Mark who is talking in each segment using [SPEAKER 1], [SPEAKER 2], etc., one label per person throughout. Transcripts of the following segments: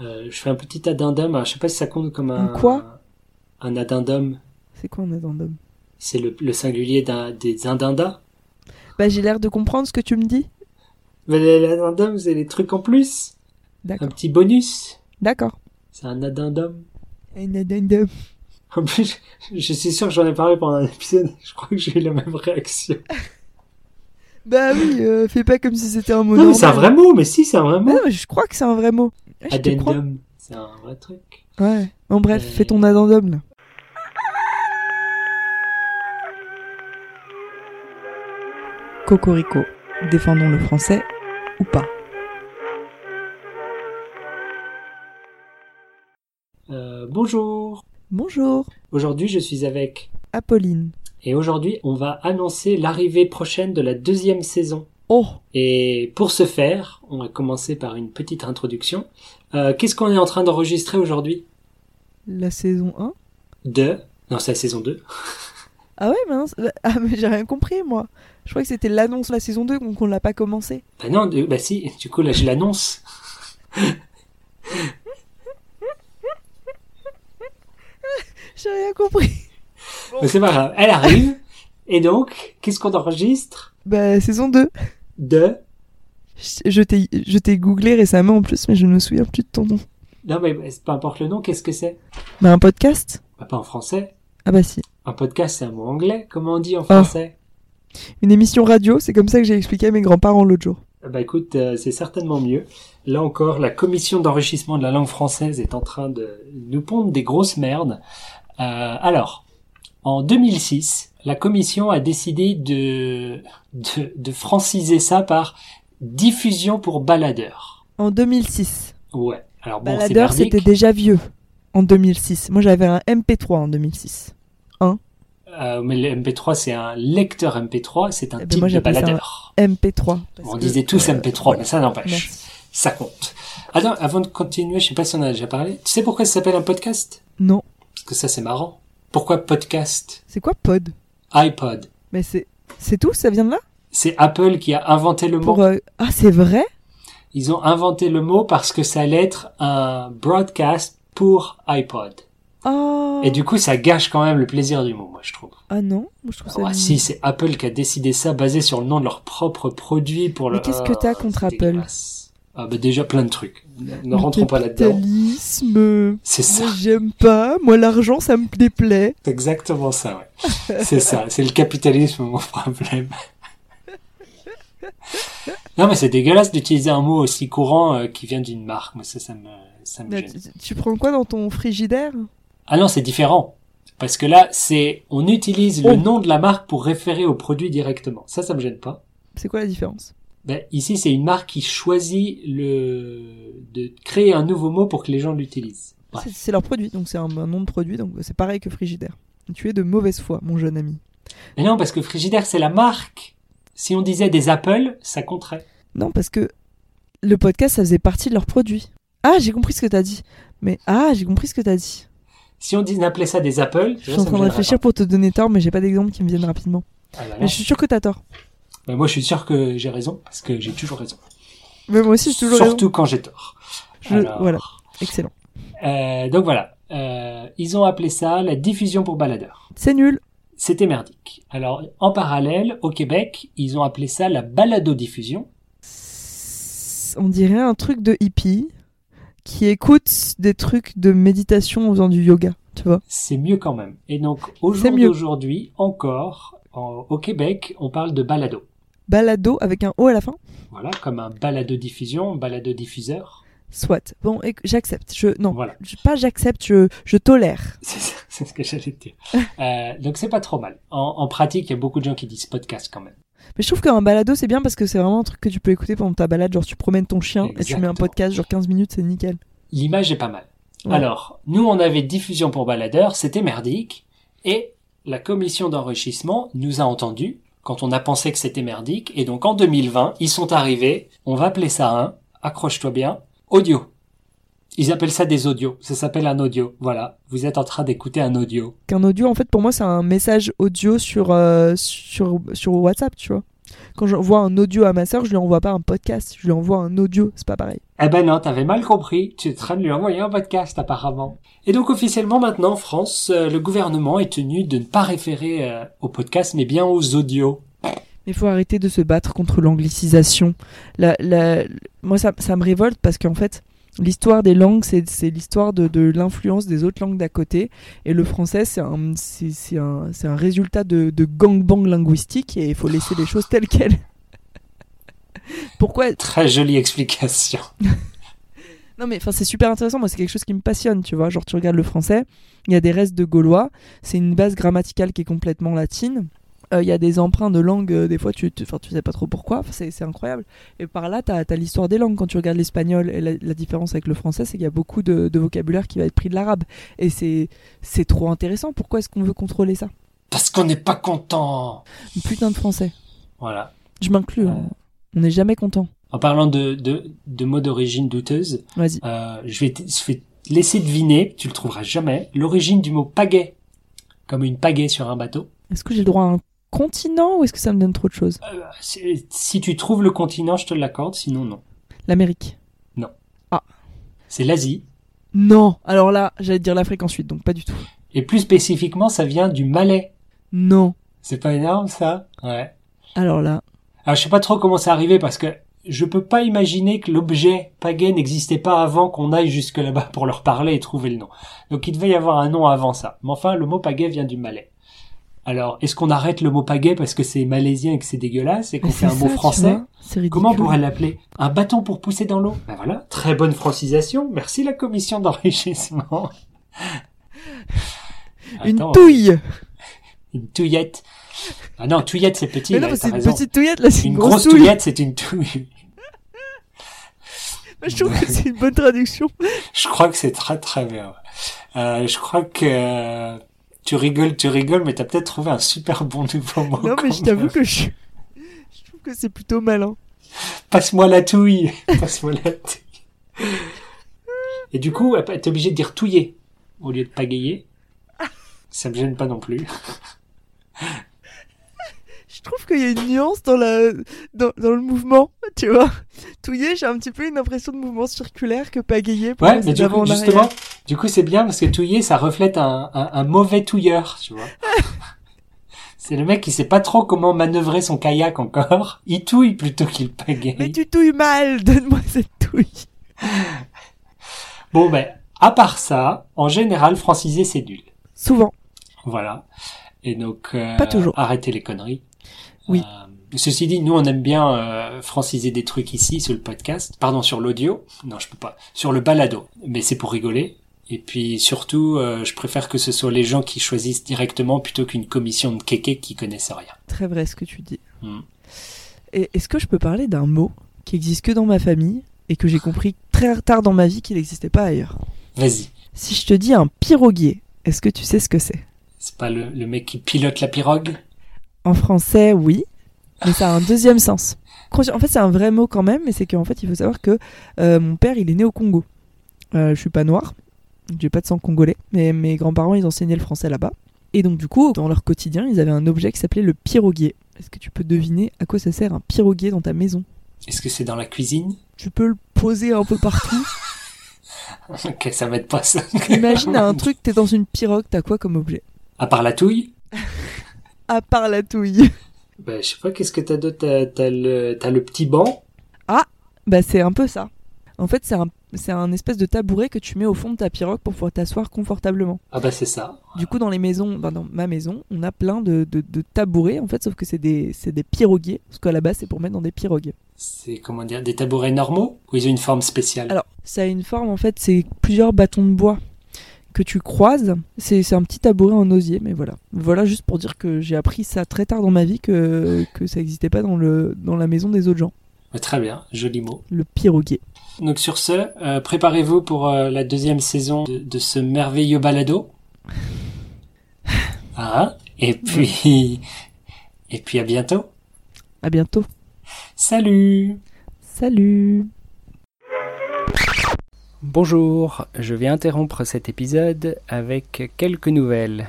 [SPEAKER 1] Euh, je fais un petit addendum. Alors, je sais pas si ça compte comme un.
[SPEAKER 2] quoi
[SPEAKER 1] Un addendum.
[SPEAKER 2] C'est quoi un addendum
[SPEAKER 1] C'est le, le singulier d'un- des indendas.
[SPEAKER 2] Bah, j'ai l'air de comprendre ce que tu me dis.
[SPEAKER 1] Mais les addendums, c'est les trucs en plus. Un
[SPEAKER 2] D'accord.
[SPEAKER 1] petit bonus.
[SPEAKER 2] D'accord.
[SPEAKER 1] C'est un addendum.
[SPEAKER 2] Un addendum.
[SPEAKER 1] En plus, je, je suis sûr que j'en ai parlé pendant un épisode. Je crois que j'ai eu la même réaction.
[SPEAKER 2] Bah oui, euh, fais pas comme si c'était un mot
[SPEAKER 1] Non, mais c'est un
[SPEAKER 2] normal.
[SPEAKER 1] vrai mot. Mais si, c'est un vrai
[SPEAKER 2] Ah
[SPEAKER 1] mot.
[SPEAKER 2] non, mais je crois que c'est un vrai mot. Ouais, je te crois.
[SPEAKER 1] Addendum. C'est un vrai truc.
[SPEAKER 2] Ouais. Bon, bref,
[SPEAKER 1] Euh.
[SPEAKER 2] fais ton addendum là.
[SPEAKER 3] Cocorico, défendons le français ou pas.
[SPEAKER 1] Euh, bonjour.
[SPEAKER 2] Bonjour,
[SPEAKER 1] Aujourd'hui, je suis avec.
[SPEAKER 2] Apolline.
[SPEAKER 1] Et aujourd'hui, on va annoncer l'arrivée prochaine de la deuxième saison.
[SPEAKER 2] Oh,
[SPEAKER 1] Et pour ce faire, on va commencer par une petite introduction. Euh, Qu'est-ce qu'on est en train d'enregistrer aujourd'hui
[SPEAKER 2] la saison 1
[SPEAKER 1] De... Non, c'est la saison 2.
[SPEAKER 2] Ah ouais, mais non, c'est- ah, mais j'ai rien compris moi. Je crois que c'était l'annonce de la saison 2 qu'on qu'on l'a pas commencé.
[SPEAKER 1] Bah non, de- bah si, du coup là je l'annonce.
[SPEAKER 2] J'ai rien compris.
[SPEAKER 1] Mais Bah, c'est pas grave, elle arrive. Et donc, qu'est-ce qu'on enregistre
[SPEAKER 2] Bah, saison 2.
[SPEAKER 1] De...
[SPEAKER 2] Je je t'ai je t'ai googlé récemment en plus, mais je ne me souviens plus de ton nom.
[SPEAKER 1] Non mais bah, c'est peu importe le nom, qu'est-ce que c'est
[SPEAKER 2] Bah, un podcast
[SPEAKER 1] bah, Pas en français.
[SPEAKER 2] Ah bah si.
[SPEAKER 1] Un podcast c'est un mot anglais, comment on dit en français
[SPEAKER 2] Une émission radio, c'est comme ça que j'ai expliqué à mes grands-parents l'autre jour.
[SPEAKER 1] Bah écoute, euh, c'est certainement mieux. Là encore, la commission d'enrichissement de la langue française est en train de nous pondre des grosses merdes. Euh, alors, en 2006, la commission a décidé de, de, de franciser ça par diffusion pour baladeur.
[SPEAKER 2] En 2006.
[SPEAKER 1] Ouais. Alors bon, c'est
[SPEAKER 2] Baladeur,
[SPEAKER 1] merdique.
[SPEAKER 2] Bah, c'était déjà vieux en 2006. Moi, j'avais un MP3 en 2006.
[SPEAKER 1] Euh, mais le MP3, c'est un lecteur MP3, c'est un
[SPEAKER 2] Eh ben,
[SPEAKER 1] type
[SPEAKER 2] moi,
[SPEAKER 1] de
[SPEAKER 2] j'appelle ça un-
[SPEAKER 1] baladeur.
[SPEAKER 2] MP3. parce
[SPEAKER 1] On
[SPEAKER 2] que,
[SPEAKER 1] disait tous
[SPEAKER 2] euh,
[SPEAKER 1] MP3,
[SPEAKER 2] voilà.
[SPEAKER 1] mais ça n'empêche.
[SPEAKER 2] Merci.
[SPEAKER 1] Ça compte. Attends, avant de continuer, je sais pas si on a déjà parlé. Tu sais pourquoi ça s'appelle un podcast
[SPEAKER 2] Non.
[SPEAKER 1] Parce que ça, c'est marrant. Pourquoi podcast
[SPEAKER 2] C'est quoi pod
[SPEAKER 1] iPod.
[SPEAKER 2] Mais c'est c'est tout Ça vient de là
[SPEAKER 1] C'est Apple qui a inventé le mot.
[SPEAKER 2] Pour, euh, Ah, c'est vrai
[SPEAKER 1] Ils ont inventé le mot parce que ça allait être un broadcast pour iPod.
[SPEAKER 2] Oh.
[SPEAKER 1] Et du coup, ça gâche quand même le plaisir du mot, moi, je trouve.
[SPEAKER 2] Ah non, moi, je trouve ça.
[SPEAKER 1] Ah,
[SPEAKER 2] nul.
[SPEAKER 1] si, c'est Apple qui a décidé ça basé sur le nom de leur propre produit pour le.
[SPEAKER 2] Mais qu'est-ce que t'as
[SPEAKER 1] Ah,
[SPEAKER 2] contre
[SPEAKER 1] c'est
[SPEAKER 2] Apple
[SPEAKER 1] dégueulasse. ah, bah Déjà plein de trucs. Ne
[SPEAKER 2] Le
[SPEAKER 1] rentrons pas là-dedans.
[SPEAKER 2] Capitalisme.
[SPEAKER 1] C'est ça.
[SPEAKER 2] Moi, j'aime pas. Moi, l'argent, ça me déplaît.
[SPEAKER 1] C'est exactement ça, ouais. c'est ça, c'est le capitalisme mon problème. non mais c'est dégueulasse d'utiliser un mot aussi courant euh, qui vient d'une marque, mais ça, ça me, ça me
[SPEAKER 2] Mais
[SPEAKER 1] gêne.
[SPEAKER 2] tu, tu prends quoi dans ton frigidaire
[SPEAKER 1] Ah non, c'est différent. Parce que là, c'est, on utilise le
[SPEAKER 2] Oh.
[SPEAKER 1] nom de la marque pour référer au produit directement. Ça, ça me gêne pas.
[SPEAKER 2] C'est quoi la différence
[SPEAKER 1] Ben, ici, c'est une marque qui choisit le, de créer un nouveau mot pour que les gens l'utilisent. Ouais.
[SPEAKER 2] C'est- C'est leur produit, donc c'est un, un nom de produit, donc c'est pareil que frigidaire. Tu es de mauvaise foi, mon jeune ami.
[SPEAKER 1] Mais non, parce que Frigidaire, c'est la marque. Si on disait des Apple, ça compterait.
[SPEAKER 2] Non, parce que le podcast, ça faisait partie de leur produit. Ah, j'ai compris ce que t'as dit. Mais ah, j'ai compris ce que t'as dit.
[SPEAKER 1] Si on dit appelait ça des Apple,
[SPEAKER 2] Je suis en train de réfléchir pour te donner tort, mais j'ai pas d'exemple qui me viennent rapidement.
[SPEAKER 1] Ah
[SPEAKER 2] Mais je suis sûr que t'as tort.
[SPEAKER 1] moi, je suis sûr que j'ai raison parce que j'ai toujours raison.
[SPEAKER 2] Mais moi aussi, j'ai toujours raison.
[SPEAKER 1] Surtout quand j'ai tort.
[SPEAKER 2] Je-
[SPEAKER 1] Alors,
[SPEAKER 2] Voilà, excellent.
[SPEAKER 1] euh, donc voilà, Euh, ils ont appelé ça la diffusion pour baladeur.
[SPEAKER 2] C'est nul.
[SPEAKER 1] C'était merdique. Alors en parallèle, au Québec, ils ont appelé ça la baladodiffusion.
[SPEAKER 2] On dirait un truc de hippie qui écoute des trucs de méditation en faisant du yoga, tu vois.
[SPEAKER 1] C'est mieux quand même. Et donc au
[SPEAKER 2] C'est
[SPEAKER 1] jour
[SPEAKER 2] mieux.
[SPEAKER 1] d'aujourd'hui, encore en- au Québec, on parle de balado.
[SPEAKER 2] Balado avec un O à la fin.
[SPEAKER 1] Voilà, comme un baladodiffusion, baladodiffuseur.
[SPEAKER 2] Soit. Bon, éc- j'accepte. Je non,
[SPEAKER 1] Voilà.
[SPEAKER 2] je- pas j'accepte. Je, je tolère.
[SPEAKER 1] C'est ça, c'est ce que j'allais te dire. Euh, donc c'est pas trop mal. En, en pratique, il y a beaucoup de gens qui disent podcast quand même.
[SPEAKER 2] Mais je trouve qu'un balado c'est bien parce que c'est vraiment un truc que tu peux écouter pendant ta balade. Genre tu promènes ton chien et tu mets un
[SPEAKER 1] Exactement.
[SPEAKER 2] podcast genre 15 minutes, c'est nickel.
[SPEAKER 1] L'image est pas mal.
[SPEAKER 2] Ouais.
[SPEAKER 1] Alors, nous on avait diffusion pour baladeur, c'était merdique, et la commission d'enrichissement nous a entendus quand on a pensé que c'était merdique, et donc en 2020, ils sont arrivés, on va appeler ça un, accroche-toi bien, audio. Ils appellent ça des audios, ça s'appelle un audio, voilà, vous êtes en train d'écouter un audio.
[SPEAKER 2] Qu'un audio en fait pour moi c'est un message audio sur euh, sur sur WhatsApp, tu vois. Quand j'envoie un audio à ma sœur, je lui envoie pas un podcast, je lui envoie un audio, c'est pas pareil.
[SPEAKER 1] Eh ben non, t'avais mal compris. Tu es en train de lui envoyer un podcast apparemment. Et donc officiellement maintenant, en France, euh, le gouvernement est tenu de ne pas référer euh, au podcast, mais bien aux audios.
[SPEAKER 2] Mais il faut arrêter de se battre contre l'anglicisation. La- la- moi, ça, ça me révolte parce qu'en fait, l'histoire des langues, c'est c'est l'histoire de, de l'influence des autres langues d'à côté. Et le français, c'est un, c'est- c'est un, c'est un résultat de, de gangbang linguistique et il faut laisser les choses telles quelles. Pourquoi
[SPEAKER 1] Très jolie explication.
[SPEAKER 2] Non mais enfin c'est super intéressant, moi c'est quelque chose qui me passionne, tu vois, genre tu regardes le français, il y a des restes de gaulois, c'est une base grammaticale qui est complètement latine. Euh, Il y a des emprunts de langue, euh, des fois tu, tu, enfin, tu sais pas trop pourquoi, Enfin, c'est c'est incroyable. Et par là, tu as, l'histoire des langues quand tu regardes l'espagnol. Et la, la différence avec le français, c'est qu'il y a beaucoup de, de vocabulaire qui va être pris de l'arabe. Et c'est c'est trop intéressant, pourquoi est-ce qu'on veut contrôler ça
[SPEAKER 1] Parce qu'on n'est pas content.
[SPEAKER 2] Putain de français,
[SPEAKER 1] Voilà.
[SPEAKER 2] je m'inclus, hein. on n'est jamais content.
[SPEAKER 1] En parlant de, de, de mots d'origine douteuse,
[SPEAKER 2] Vas-y,
[SPEAKER 1] euh, je, vais te, je vais te laisser deviner, tu le trouveras jamais, l'origine du mot pagaie. Comme une pagaie sur un bateau.
[SPEAKER 2] est-ce que j'ai le droit à un continent ou est-ce que ça me donne trop de choses
[SPEAKER 1] Euh, si- si tu trouves le continent, je te l'accorde, sinon non.
[SPEAKER 2] L'Amérique.
[SPEAKER 1] C'est l'Asie.
[SPEAKER 2] Non, alors là, j'allais te dire l'Afrique ensuite, donc pas du tout.
[SPEAKER 1] Et plus spécifiquement, ça vient du malais.
[SPEAKER 2] Non.
[SPEAKER 1] C'est pas énorme, ça Ouais.
[SPEAKER 2] Alors là,
[SPEAKER 1] Alors, je sais pas trop comment c'est arrivé, parce que je peux pas imaginer que l'objet pagaie n'existait pas avant qu'on aille jusque là-bas pour leur parler et trouver le nom. Donc, il devait y avoir un nom avant ça. Mais enfin, le mot pagaie vient du malais. Alors, est-ce qu'on arrête le mot pagaie parce que c'est malaisien et que c'est dégueulasse et qu'on fait un mot français
[SPEAKER 2] C'est ridicule.
[SPEAKER 1] Comment on pourrait l'appeler Un bâton pour pousser dans l'eau Ben voilà, très bonne francisation. Merci la commission d'enrichissement.
[SPEAKER 2] Une
[SPEAKER 1] Attends,
[SPEAKER 2] touille
[SPEAKER 1] Une touillette. Ah non, touillette c'est petit.
[SPEAKER 2] Mais
[SPEAKER 1] là,
[SPEAKER 2] non, mais
[SPEAKER 1] t'as
[SPEAKER 2] c'est une
[SPEAKER 1] raison.
[SPEAKER 2] petite touillette là, c'est
[SPEAKER 1] Une
[SPEAKER 2] une,
[SPEAKER 1] grosse
[SPEAKER 2] touille.
[SPEAKER 1] touillette, c'est une touille.
[SPEAKER 2] Moi, Je trouve que c'est une bonne traduction.
[SPEAKER 1] Je crois que c'est très très bien. Euh, je crois que euh, tu rigoles, tu rigoles, mais t'as peut-être trouvé un super bon nouveau mot.
[SPEAKER 2] non, mais
[SPEAKER 1] quand
[SPEAKER 2] je t'avoue
[SPEAKER 1] même.
[SPEAKER 2] que je... je trouve que c'est plutôt hein. malin.
[SPEAKER 1] Passe-moi la touille. Passe-moi la touille. Et du coup, t'es obligé de dire touiller au lieu de pagayer.
[SPEAKER 2] Ah.
[SPEAKER 1] Ça me gêne pas non plus.
[SPEAKER 2] Je trouve qu'il y a une nuance dans, la... dans, dans le mouvement, tu vois. Touiller, j'ai un petit peu une impression de mouvement circulaire que pagayer. pour
[SPEAKER 1] Ouais,
[SPEAKER 2] moi,
[SPEAKER 1] mais
[SPEAKER 2] c'est
[SPEAKER 1] du
[SPEAKER 2] d'avant
[SPEAKER 1] coup,
[SPEAKER 2] en arrière.
[SPEAKER 1] justement, du coup, c'est bien parce que touiller, ça reflète un, un, un mauvais touilleur, tu vois. c'est le mec qui sait pas trop comment manœuvrer son kayak encore. Il touille plutôt qu'il pagaye.
[SPEAKER 2] Mais tu touilles mal, donne-moi cette touille.
[SPEAKER 1] Bon, ben, à part ça, en général, franciser, c'est nul.
[SPEAKER 2] Souvent.
[SPEAKER 1] Voilà. Et donc, euh,
[SPEAKER 2] Pas toujours.
[SPEAKER 1] arrêtez les conneries.
[SPEAKER 2] Oui.
[SPEAKER 1] Euh, ceci dit, nous, on aime bien euh, franciser des trucs ici sur le podcast, pardon, sur l'audio. Non, je peux pas. Sur le balado. Mais c'est pour rigoler. Et puis surtout, euh, je préfère que ce soit les gens qui choisissent directement plutôt qu'une commission de kékés qui connaissent rien.
[SPEAKER 2] Très vrai ce que tu dis.
[SPEAKER 1] Hmm.
[SPEAKER 2] Et est-ce que je peux parler d'un mot qui existe que dans ma famille et que j'ai compris très tard dans ma vie qu'il n'existait pas ailleurs
[SPEAKER 1] Vas-y.
[SPEAKER 2] Si je te dis un piroguier, est-ce que tu sais ce que c'est
[SPEAKER 1] C'est pas le, le mec qui pilote la pirogue
[SPEAKER 2] En français, oui, mais ça a un deuxième sens. Consci- En fait, c'est un vrai mot quand même, mais c'est qu'en fait, il faut savoir que euh, mon père, il est né au Congo. Euh, je suis pas noir, donc j'ai pas de sang congolais, mais mes grands-parents, ils enseignaient le français là-bas. Et donc, du coup, dans leur quotidien, ils avaient un objet qui s'appelait le piroguier. Est-ce que tu peux deviner à quoi ça sert un piroguier dans ta maison
[SPEAKER 1] Est-ce que c'est dans la cuisine
[SPEAKER 2] Tu peux le poser un peu partout.
[SPEAKER 1] Ok, ça m'aide pas ça.
[SPEAKER 2] Imagine un truc, t'es dans une pirogue, t'as quoi comme objet
[SPEAKER 1] À part la touille
[SPEAKER 2] À part la touille.
[SPEAKER 1] Ben, je sais pas, qu'est-ce que t'as d'autre T'as- T'as le, t'as le petit banc
[SPEAKER 2] Bah c'est un peu ça. En fait, c'est un, c'est un espèce de tabouret que tu mets au fond de ta pirogue pour pouvoir t'asseoir confortablement.
[SPEAKER 1] Ah bah c'est ça.
[SPEAKER 2] Du coup, dans les maisons, ben, dans ma maison, on a plein de, de, de tabourets, en fait, sauf que c'est des, c'est des piroguiers, parce qu'à la base, c'est pour mettre dans des pirogues.
[SPEAKER 1] C'est comment dire des tabourets normaux ou ils ont une forme spéciale
[SPEAKER 2] Alors, ça a une forme, en fait, c'est plusieurs bâtons de bois que tu croises. C'est c'est un petit tabouret en osier, mais voilà. Voilà juste pour dire que j'ai appris ça très tard dans ma vie, que, que ça n'existait pas dans, le, dans la maison des autres gens.
[SPEAKER 1] Ouais, Très bien, joli mot.
[SPEAKER 2] Le piroguier.
[SPEAKER 1] Donc sur ce, euh, préparez-vous pour euh, la deuxième saison de, de ce merveilleux balado. Ah, et puis et puis à bientôt.
[SPEAKER 2] À bientôt.
[SPEAKER 1] Salut.
[SPEAKER 2] Salut
[SPEAKER 1] Bonjour, je vais interrompre cet épisode avec quelques nouvelles,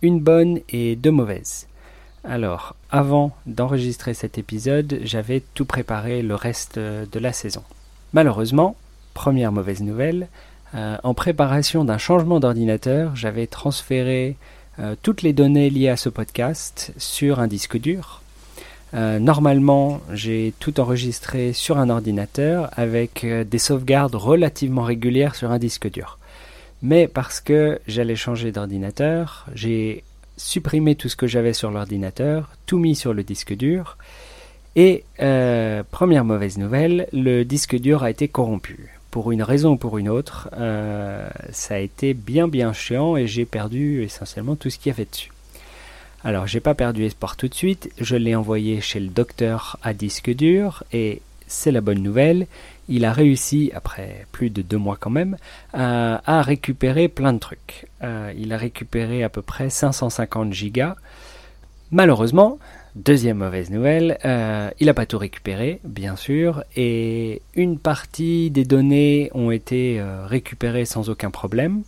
[SPEAKER 1] une bonne et deux mauvaises.
[SPEAKER 4] Alors, avant d'enregistrer cet épisode, j'avais tout préparé le reste euh, de la saison. Malheureusement, première mauvaise nouvelle, euh, en préparation d'un changement d'ordinateur, j'avais transféré euh, toutes les données liées à ce podcast sur un disque dur. Euh, normalement, j'ai tout enregistré sur un ordinateur avec euh, des sauvegardes relativement régulières sur un disque dur. Mais parce que j'allais changer d'ordinateur, j'ai supprimé tout ce que j'avais sur l'ordinateur, tout mis sur le disque dur. Et euh, première mauvaise nouvelle, le disque dur a été corrompu. Pour une raison ou pour une autre, euh, ça a été bien bien chiant et j'ai perdu essentiellement tout ce qu'il y avait dessus. Alors j'ai pas perdu espoir tout de suite, je l'ai envoyé chez le docteur à disque dur et c'est la bonne nouvelle, il a réussi, après plus de deux mois quand même, à- à récupérer plein de trucs. Euh, il a récupéré à peu près 550 gigas. Malheureusement, deuxième mauvaise nouvelle, euh, il n'a pas tout récupéré, bien sûr, et une partie des données ont été euh, récupérées sans aucun problème,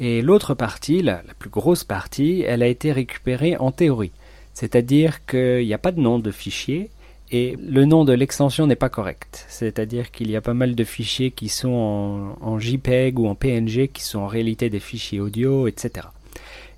[SPEAKER 4] et l'autre partie, la, la plus grosse partie, elle a été récupérée en théorie. C'est-à-dire qu'il n'y a pas de nom de fichier, et le nom de l'extension n'est pas correct. C'est-à-dire qu'il y a pas mal de fichiers qui sont en, en JPEG ou en PNG qui sont en réalité des fichiers audio, etc.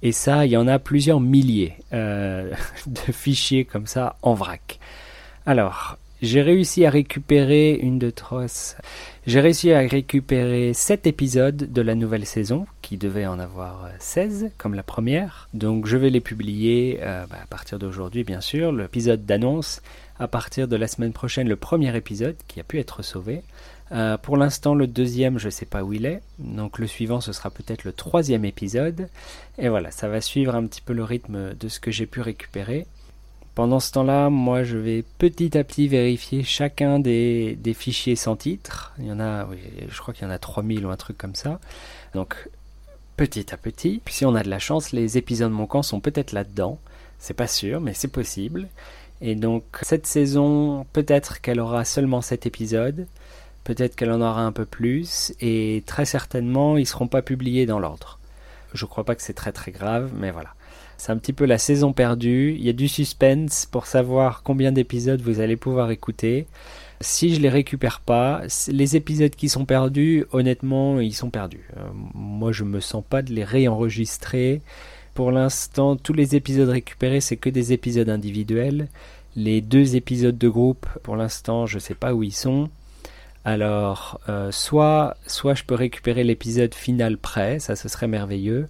[SPEAKER 4] Et ça, il y en a plusieurs milliers euh, de fichiers comme ça en vrac. Alors, j'ai réussi à récupérer une de trosse. J'ai réussi à récupérer 7 épisodes de la nouvelle saison, qui devait en avoir euh, 16, comme la première. Donc je vais les publier euh, bah, à partir d'aujourd'hui, bien sûr, l'épisode d'annonce à partir de la semaine prochaine le premier épisode qui a pu être sauvé. Euh, pour l'instant, le deuxième, je ne sais pas où il est. Donc le suivant, ce sera peut-être le troisième épisode. Et voilà, ça va suivre un petit peu le rythme de ce que j'ai pu récupérer. Pendant ce temps-là, moi, je vais petit à petit vérifier chacun des, des fichiers sans titre. Il y en a, oui, je crois qu'il y en a 3000 ou un truc comme ça. Donc petit à petit. Puis si on a de la chance, les épisodes manquants sont peut-être là-dedans. C'est pas sûr, mais c'est possible. Et donc cette saison, peut-être qu'elle aura seulement cet épisode, peut-être qu'elle en aura un peu plus, et très certainement ils seront pas publiés dans l'ordre. Je crois pas que c'est très très grave, mais voilà. C'est un petit peu la saison perdue, il y a du suspense pour savoir combien d'épisodes vous allez pouvoir écouter. Si je les récupère pas, c- les épisodes qui sont perdus, honnêtement, ils sont perdus. Euh, moi, je me sens pas de les réenregistrer. Pour l'instant, tous les épisodes récupérés, c'est que des épisodes individuels. Les deux épisodes de groupe, pour l'instant, je ne sais pas où ils sont. Alors, euh, soit, soit je peux récupérer l'épisode final prêt, ça ce serait merveilleux.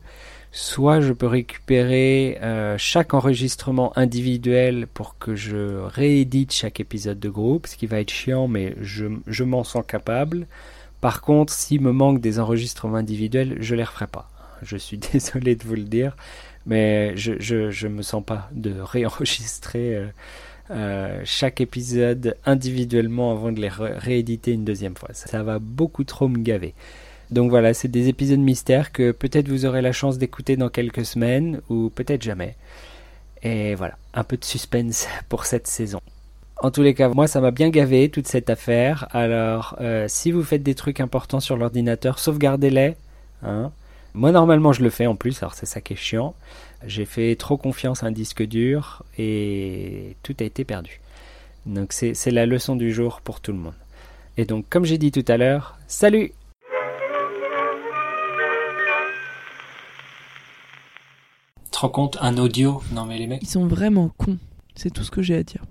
[SPEAKER 4] Soit je peux récupérer euh, chaque enregistrement individuel pour que je réédite chaque épisode de groupe, ce qui va être chiant, mais je, je m'en sens capable. Par contre, s'il me manque des enregistrements individuels, je les referai pas. Je suis désolé de vous le dire, mais je je, je me sens pas de réenregistrer euh, euh, chaque épisode individuellement avant de les re- rééditer une deuxième fois. Ça, ça va beaucoup trop me gaver. Donc voilà, c'est des épisodes mystères que peut-être vous aurez la chance d'écouter dans quelques semaines ou peut-être jamais. Et voilà, un peu de suspense pour cette saison. En tous les cas, moi ça m'a bien gavé toute cette affaire. Alors, euh, si vous faites des trucs importants sur l'ordinateur, sauvegardez-les. hein. Moi normalement je le fais en plus, alors c'est ça qui est chiant. J'ai fait trop confiance à un disque dur et tout a été perdu. Donc c'est c'est la leçon du jour pour tout le monde. Et donc comme j'ai dit tout à l'heure, salut
[SPEAKER 5] te rends compte, un audio. Non mais les mecs,
[SPEAKER 2] Ils sont vraiment cons. C'est tout ce que j'ai à dire.